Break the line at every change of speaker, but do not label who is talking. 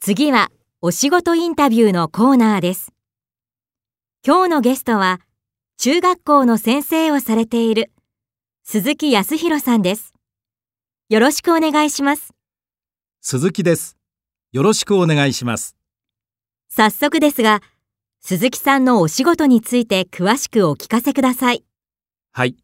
次はお仕事インタビューのコーナーです。今日のゲストは中学校の先生をされている鈴木康弘さんです。よろしくお願いします。
鈴木です。よろしくお願いします。
早速ですが、鈴木さんのお仕事について詳しくお聞かせください。
はい。